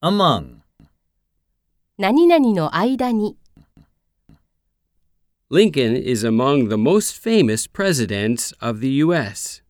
among, 何々の間に Lincoln is among the most famous presidents of the U.S.